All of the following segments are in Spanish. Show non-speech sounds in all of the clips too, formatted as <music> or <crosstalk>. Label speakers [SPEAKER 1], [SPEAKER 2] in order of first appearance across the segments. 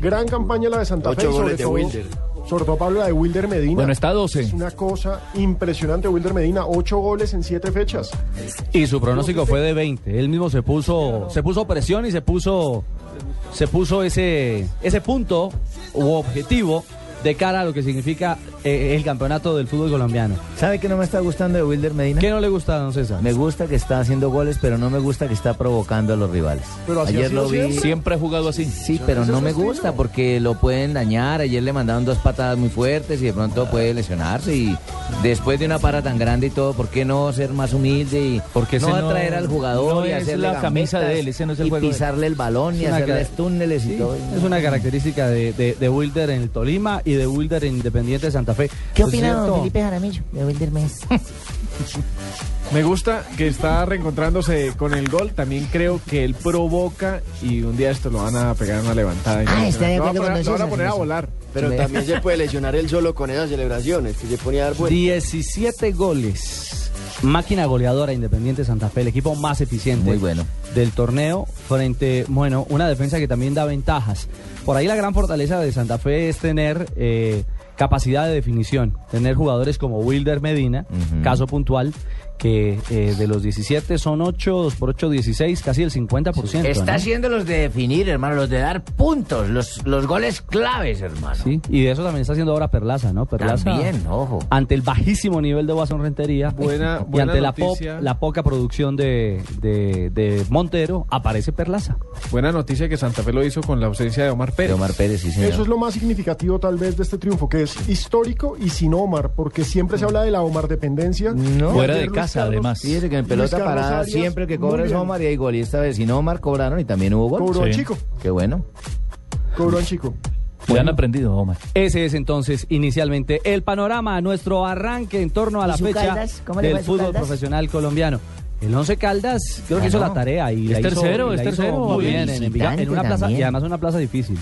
[SPEAKER 1] Gran campaña la de Santa Fe.
[SPEAKER 2] Ocho
[SPEAKER 1] y sobre
[SPEAKER 2] goles de
[SPEAKER 1] todo-
[SPEAKER 2] Wilder.
[SPEAKER 1] Sobre todo Pablo, la de Wilder Medina.
[SPEAKER 3] Bueno, está 12.
[SPEAKER 1] Es una cosa impresionante, Wilder Medina. Ocho goles en siete fechas.
[SPEAKER 3] Y su pronóstico fue de 20. Él mismo se puso, se puso presión y se puso, se puso ese, ese punto u objetivo de cara a lo que significa eh, el campeonato del fútbol colombiano.
[SPEAKER 4] ¿Sabe que no me está gustando de Wilder Medina?
[SPEAKER 3] ¿Qué no le gusta, don César?
[SPEAKER 4] Me gusta que está haciendo goles, pero no me gusta que está provocando a los rivales.
[SPEAKER 1] Pero así ha
[SPEAKER 4] Ayer
[SPEAKER 1] sido
[SPEAKER 4] lo vi.
[SPEAKER 1] siempre.
[SPEAKER 3] ha jugado así.
[SPEAKER 4] Sí, pero no me gusta porque lo pueden dañar. Ayer le mandaron dos patadas muy fuertes y de pronto puede lesionarse. Y después de una para tan grande y todo, ¿por qué no ser más humilde y
[SPEAKER 3] Porque
[SPEAKER 4] no
[SPEAKER 3] ese no-
[SPEAKER 4] atraer al jugador
[SPEAKER 3] no
[SPEAKER 4] y
[SPEAKER 3] es
[SPEAKER 4] hacerle
[SPEAKER 3] la camisa
[SPEAKER 4] gambetas
[SPEAKER 3] de él, ese no es el
[SPEAKER 4] y
[SPEAKER 3] juego de él.
[SPEAKER 4] pisarle el balón y
[SPEAKER 3] Es una
[SPEAKER 4] hacerle
[SPEAKER 3] cara-
[SPEAKER 4] túneles y
[SPEAKER 3] Sí,
[SPEAKER 4] todo.
[SPEAKER 3] es una característica de, de, de Wilder en el Tolima y de Wilder en Independiente de Santa Fe.
[SPEAKER 5] ¿Qué
[SPEAKER 3] Por
[SPEAKER 5] opina don
[SPEAKER 3] cierto,
[SPEAKER 5] Felipe Jaramillo de Wilder Mes?
[SPEAKER 6] <laughs> Me gusta que está reencontrándose con el gol. También creo que él provoca y un día esto lo van a pegar una levantada.
[SPEAKER 5] Ah, está de
[SPEAKER 6] Lo van a poner-
[SPEAKER 5] acuerdo
[SPEAKER 6] lo
[SPEAKER 5] con
[SPEAKER 6] van a
[SPEAKER 5] César,
[SPEAKER 6] poner a
[SPEAKER 5] César.
[SPEAKER 6] volar.
[SPEAKER 2] Pero
[SPEAKER 4] Me-
[SPEAKER 2] también se puede lesionar él solo con esas celebraciones, que se pone a dar vueltas.
[SPEAKER 3] 17 goles. Máquina goleadora Independiente Santa Fe, el equipo más eficiente
[SPEAKER 4] Muy bueno.
[SPEAKER 3] del torneo frente, bueno, una defensa que también da ventajas. Por ahí la gran fortaleza de Santa Fe es tener eh, capacidad de definición, tener jugadores como Wilder Medina,
[SPEAKER 4] Ujú.
[SPEAKER 3] caso puntual, que eh, de los 17 son 8, 2 por 8, 16, casi el 50%.
[SPEAKER 7] Está
[SPEAKER 3] ¿no?
[SPEAKER 7] haciendo los de definir, hermano, los de dar puntos, los, los goles claves, hermano.
[SPEAKER 3] Sí, y de eso también está haciendo ahora Perlaza, ¿no? Perlaza.
[SPEAKER 7] También, ojo.
[SPEAKER 3] Ante el bajísimo nivel de Guasón Rentería
[SPEAKER 6] Buena-
[SPEAKER 3] <laughs> y
[SPEAKER 6] buena
[SPEAKER 3] ante la,
[SPEAKER 6] noticia.
[SPEAKER 3] po- la poca producción de, de- de Montero, aparece Perlaza.
[SPEAKER 6] Buena noticia que Santa Fe lo hizo con la ausencia de Omar Pérez.
[SPEAKER 4] De Omar Pérez, sí, señor.
[SPEAKER 1] Eso es lo más significativo tal vez de este triunfo, que es histórico y sin Omar, porque siempre se habla de la Omar dependencia.
[SPEAKER 4] No.
[SPEAKER 1] Y
[SPEAKER 4] Fuera
[SPEAKER 1] ayer
[SPEAKER 4] de
[SPEAKER 1] Luis
[SPEAKER 3] casa,
[SPEAKER 1] Carlos
[SPEAKER 3] además.
[SPEAKER 4] Fíjese que en
[SPEAKER 1] Luis
[SPEAKER 4] pelota
[SPEAKER 1] Carlos
[SPEAKER 4] parada
[SPEAKER 1] Arias,
[SPEAKER 4] siempre que
[SPEAKER 1] muy
[SPEAKER 4] cobra es
[SPEAKER 1] bien.
[SPEAKER 4] Omar y hay gol. Y esta vez sin Omar cobraron y también hubo gol.
[SPEAKER 1] Cobró al chico,
[SPEAKER 4] Qué bueno.
[SPEAKER 1] cobró al chico.
[SPEAKER 3] Bueno. han
[SPEAKER 2] aprendido, Omar.
[SPEAKER 3] Ese es entonces inicialmente el panorama, nuestro arranque en torno a
[SPEAKER 5] ¿Y
[SPEAKER 3] la
[SPEAKER 5] su
[SPEAKER 3] fecha
[SPEAKER 5] Caldas? ¿Cómo le
[SPEAKER 3] del
[SPEAKER 5] va a su
[SPEAKER 3] fútbol
[SPEAKER 5] Caldas?
[SPEAKER 3] profesional colombiano. El Once Caldas creo que hizo la tarea y la
[SPEAKER 2] Es
[SPEAKER 3] hizo-
[SPEAKER 2] tercero,
[SPEAKER 3] y la
[SPEAKER 2] es
[SPEAKER 3] hizo
[SPEAKER 2] tercero,
[SPEAKER 3] muy
[SPEAKER 2] va
[SPEAKER 3] bien
[SPEAKER 5] bien.
[SPEAKER 3] en Envigado, en una
[SPEAKER 5] Visitante
[SPEAKER 3] plaza
[SPEAKER 5] también.
[SPEAKER 3] y además una plaza difícil.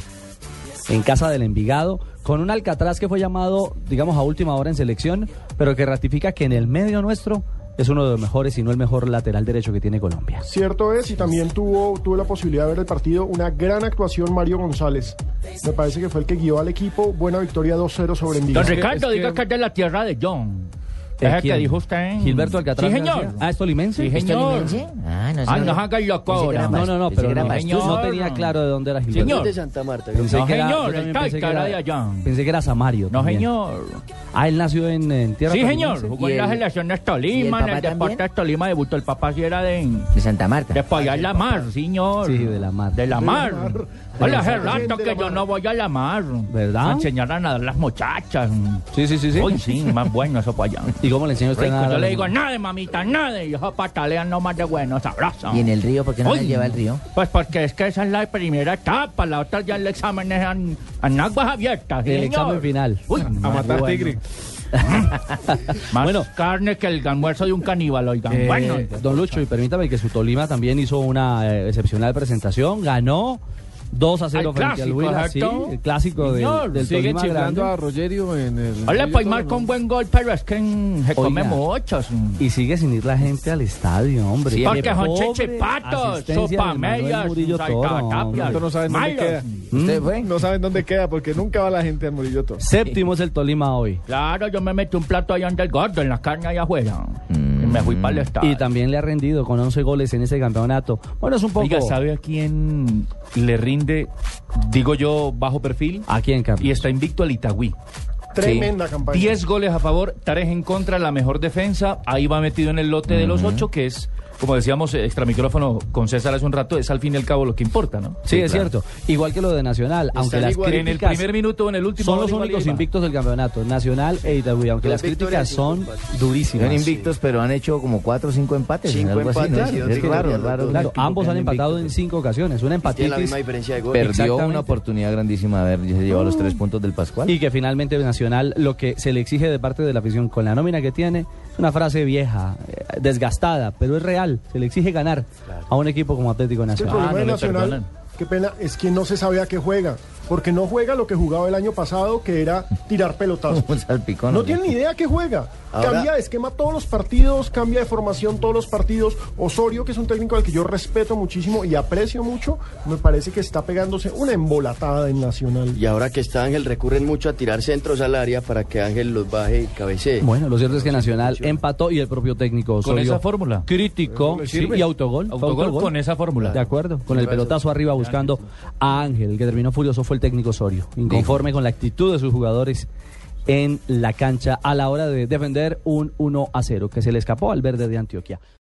[SPEAKER 3] En casa del Envigado con un Alcatraz que fue llamado, digamos, a última hora en selección, pero que ratifica que en el medio nuestro es uno de los mejores, si no el mejor lateral derecho que tiene Colombia.
[SPEAKER 1] Cierto es, y también tuvo, tuve la posibilidad de ver el partido, una gran actuación Mario González. Me parece que fue el que guió al equipo. Buena victoria 2-0 sobre Envigado.
[SPEAKER 6] Don Ricardo, diga que es
[SPEAKER 2] de la tierra de John.
[SPEAKER 3] Eh, ¿quién? Gilberto Alcatraz. García. Ah, es tolimense.
[SPEAKER 2] Sí,
[SPEAKER 5] ¿Este
[SPEAKER 2] Señor.
[SPEAKER 5] alimense? Ah, no,
[SPEAKER 2] Ah,
[SPEAKER 5] sé.
[SPEAKER 2] no haga loco
[SPEAKER 5] Pensé que era
[SPEAKER 2] ahora.
[SPEAKER 3] No,
[SPEAKER 5] Pas-
[SPEAKER 3] no, no,
[SPEAKER 5] pensé que
[SPEAKER 3] pero
[SPEAKER 5] era
[SPEAKER 3] no,
[SPEAKER 5] Pas-
[SPEAKER 2] Pastus.
[SPEAKER 3] no tenía claro de dónde era Gilberto.
[SPEAKER 2] Señor.
[SPEAKER 7] de Santa Marta.
[SPEAKER 3] Pensé
[SPEAKER 2] No,
[SPEAKER 3] que era,
[SPEAKER 2] señor,
[SPEAKER 3] yo también
[SPEAKER 2] el
[SPEAKER 3] pensé que era-
[SPEAKER 2] Caicara de allá.
[SPEAKER 3] Pensé que era Samario.
[SPEAKER 2] No,
[SPEAKER 3] también.
[SPEAKER 2] señor.
[SPEAKER 3] Ah, él nació en, en tierra.
[SPEAKER 2] Sí,
[SPEAKER 3] tolimense.
[SPEAKER 2] señor. Jugó
[SPEAKER 5] ¿Y
[SPEAKER 2] en las
[SPEAKER 5] el-
[SPEAKER 2] relaciones
[SPEAKER 5] y el
[SPEAKER 2] Tolima, en
[SPEAKER 5] papá
[SPEAKER 2] el Deportes
[SPEAKER 5] también?
[SPEAKER 2] Tolima, debutó el papá si era de...
[SPEAKER 5] De Santa
[SPEAKER 2] De
[SPEAKER 5] Marta.
[SPEAKER 2] allá la mar, señor.
[SPEAKER 3] Sí, de la mar.
[SPEAKER 2] De la
[SPEAKER 1] De la
[SPEAKER 2] mar.
[SPEAKER 1] mar.
[SPEAKER 2] Hola, hace
[SPEAKER 1] De la
[SPEAKER 2] rato
[SPEAKER 1] mar.
[SPEAKER 2] que yo no voy a la mar.
[SPEAKER 3] ¿Verdad?
[SPEAKER 2] Me enseñaron a nadar las muchachas.
[SPEAKER 3] Sí, sí, sí, sí.
[SPEAKER 2] Uy, sí, más bueno eso para allá.
[SPEAKER 3] ¿Y cómo le enseñó usted
[SPEAKER 2] Rico,
[SPEAKER 3] nada?
[SPEAKER 2] yo le digo, nada, de mamita, nada. Y eso patalean no más de bueno, sabroso.
[SPEAKER 5] ¿Y en el río? ¿Por qué no
[SPEAKER 2] Uy.
[SPEAKER 5] la lleva al río?
[SPEAKER 2] Pues porque es que esa es la primera etapa, la otra ya el examen es en, en aguas abiertas.
[SPEAKER 3] El
[SPEAKER 2] señor.
[SPEAKER 3] examen final. Ah,
[SPEAKER 2] Uy,
[SPEAKER 6] A matar
[SPEAKER 3] Bueno.
[SPEAKER 6] tigre.
[SPEAKER 2] más
[SPEAKER 3] Bueno.
[SPEAKER 2] carne que el almuerzo de un caníbal, oigan.
[SPEAKER 3] Eh,
[SPEAKER 2] bueno,
[SPEAKER 3] don Lucho, y permítame que su Tolima también hizo una eh, excepcional presentación, ganó 2 a 0
[SPEAKER 2] Al
[SPEAKER 3] frente al
[SPEAKER 2] clásico,
[SPEAKER 3] Huila, sí,
[SPEAKER 2] ¿cierto?
[SPEAKER 3] el clásico del-
[SPEAKER 2] Señor,
[SPEAKER 3] del
[SPEAKER 6] Sigue
[SPEAKER 3] Tolima
[SPEAKER 6] chiflando
[SPEAKER 3] grande.
[SPEAKER 6] a Rogerio en el.
[SPEAKER 2] Hola, pues
[SPEAKER 6] Rogerio
[SPEAKER 2] marca un buen gol, pero es que mm, se come
[SPEAKER 3] Oiga.
[SPEAKER 2] muchos. mm.
[SPEAKER 3] Y sigue sin ir la gente al estadio, hombre.
[SPEAKER 4] Sí,
[SPEAKER 2] Porque son
[SPEAKER 3] Pobre
[SPEAKER 2] chichipatos,
[SPEAKER 3] asistencia de
[SPEAKER 2] sopameyas,
[SPEAKER 3] Manuel Murillo Toro,
[SPEAKER 2] salcatapias,
[SPEAKER 3] hombre.
[SPEAKER 6] Esto no saben dónde queda.
[SPEAKER 2] malos.
[SPEAKER 3] Mm.
[SPEAKER 4] ¿Usted fue?
[SPEAKER 6] No saben dónde queda porque nunca va la gente al Murillo Toro.
[SPEAKER 3] Séptimo es el Tolima hoy.
[SPEAKER 2] Claro, yo me metí un plato allá en el gordo, en la carne allá afuera. Y me fui para el estadio.
[SPEAKER 3] Mm. Y también le ha rendido con 11 goles en ese campeonato. Bueno, es un poco.
[SPEAKER 7] Oiga, ¿sabe a quién le rinde, digo yo, bajo perfil?
[SPEAKER 3] ¿A quién, Carlos?
[SPEAKER 7] Y está invicto al Itagüí.
[SPEAKER 1] Tremenda campaña.
[SPEAKER 7] 10 goles a favor, 3 en contra, la mejor defensa. Ahí va metido en el lote de los 8, que es
[SPEAKER 8] como decíamos, eh, extra micrófono con César hace un rato, es al fin y al cabo lo que importa, ¿no?
[SPEAKER 3] Sí, es cierto. Igual que lo de Nacional, aunque las
[SPEAKER 8] igual. En
[SPEAKER 3] críticas...
[SPEAKER 8] el primer minuto, en el último
[SPEAKER 3] Son
[SPEAKER 8] gol,
[SPEAKER 3] los
[SPEAKER 8] igual
[SPEAKER 3] únicos
[SPEAKER 8] iba.
[SPEAKER 3] invictos del campeonato, Nacional e Itagüí, aunque las críticas son durísimas.
[SPEAKER 4] Son invictos, pero han hecho como cuatro o Ah, cinco empates.
[SPEAKER 3] Cinco
[SPEAKER 4] algo así,
[SPEAKER 3] empates, y
[SPEAKER 4] ¿no? Es
[SPEAKER 3] dos
[SPEAKER 4] raro,
[SPEAKER 3] victorias,
[SPEAKER 4] raro.
[SPEAKER 3] dos Claro, victorias. ambos han empatado en cinco ocasiones. Una empatitis.
[SPEAKER 4] Perdió
[SPEAKER 3] Exactamente.
[SPEAKER 4] una oportunidad grandísima de haber se llevó los tres puntos del Pascual.
[SPEAKER 3] Y que finalmente Nacional lo que se le exige de parte de la afición con la nómina que tiene, es una frase vieja, eh, desgastada, pero es real. Se le exige ganar a un equipo como Atlético
[SPEAKER 1] Es que el
[SPEAKER 3] Nacional.
[SPEAKER 4] Ah,
[SPEAKER 1] problema de Nacional, qué pena, es que no se sabe a qué juega. Porque no juega lo que jugaba el año pasado, que era tirar pelotazos.
[SPEAKER 4] <laughs> Un salpicón.
[SPEAKER 1] No
[SPEAKER 4] hombre.
[SPEAKER 1] tiene ni idea que juega.
[SPEAKER 4] Ahora-
[SPEAKER 1] Cambia de esquema todos los partidos, cambia de formación todos los partidos. Osorio, que es un técnico al que yo respeto muchísimo y aprecio mucho, me parece que está pegándose una embolatada en Nacional.
[SPEAKER 9] Y ahora que está Ángel, recurren mucho a tirar centros al área para que Ángel los baje y cabecee.
[SPEAKER 3] Bueno, lo cierto es que Nacional empató y el propio técnico
[SPEAKER 9] Con
[SPEAKER 3] Osorio
[SPEAKER 9] esa fórmula.
[SPEAKER 3] Crítico
[SPEAKER 8] Eso le
[SPEAKER 3] sí,
[SPEAKER 8] sirve.
[SPEAKER 3] y autogol. fue
[SPEAKER 8] Autogol con esa fórmula.
[SPEAKER 3] De acuerdo, con el
[SPEAKER 8] Gracias.
[SPEAKER 3] pelotazo arriba buscando a Ángel. El que terminó furioso fue el técnico Osorio, inconforme con la actitud de sus jugadores en la cancha a la hora de defender un 1 a 0 que se le escapó al verde de Antioquia.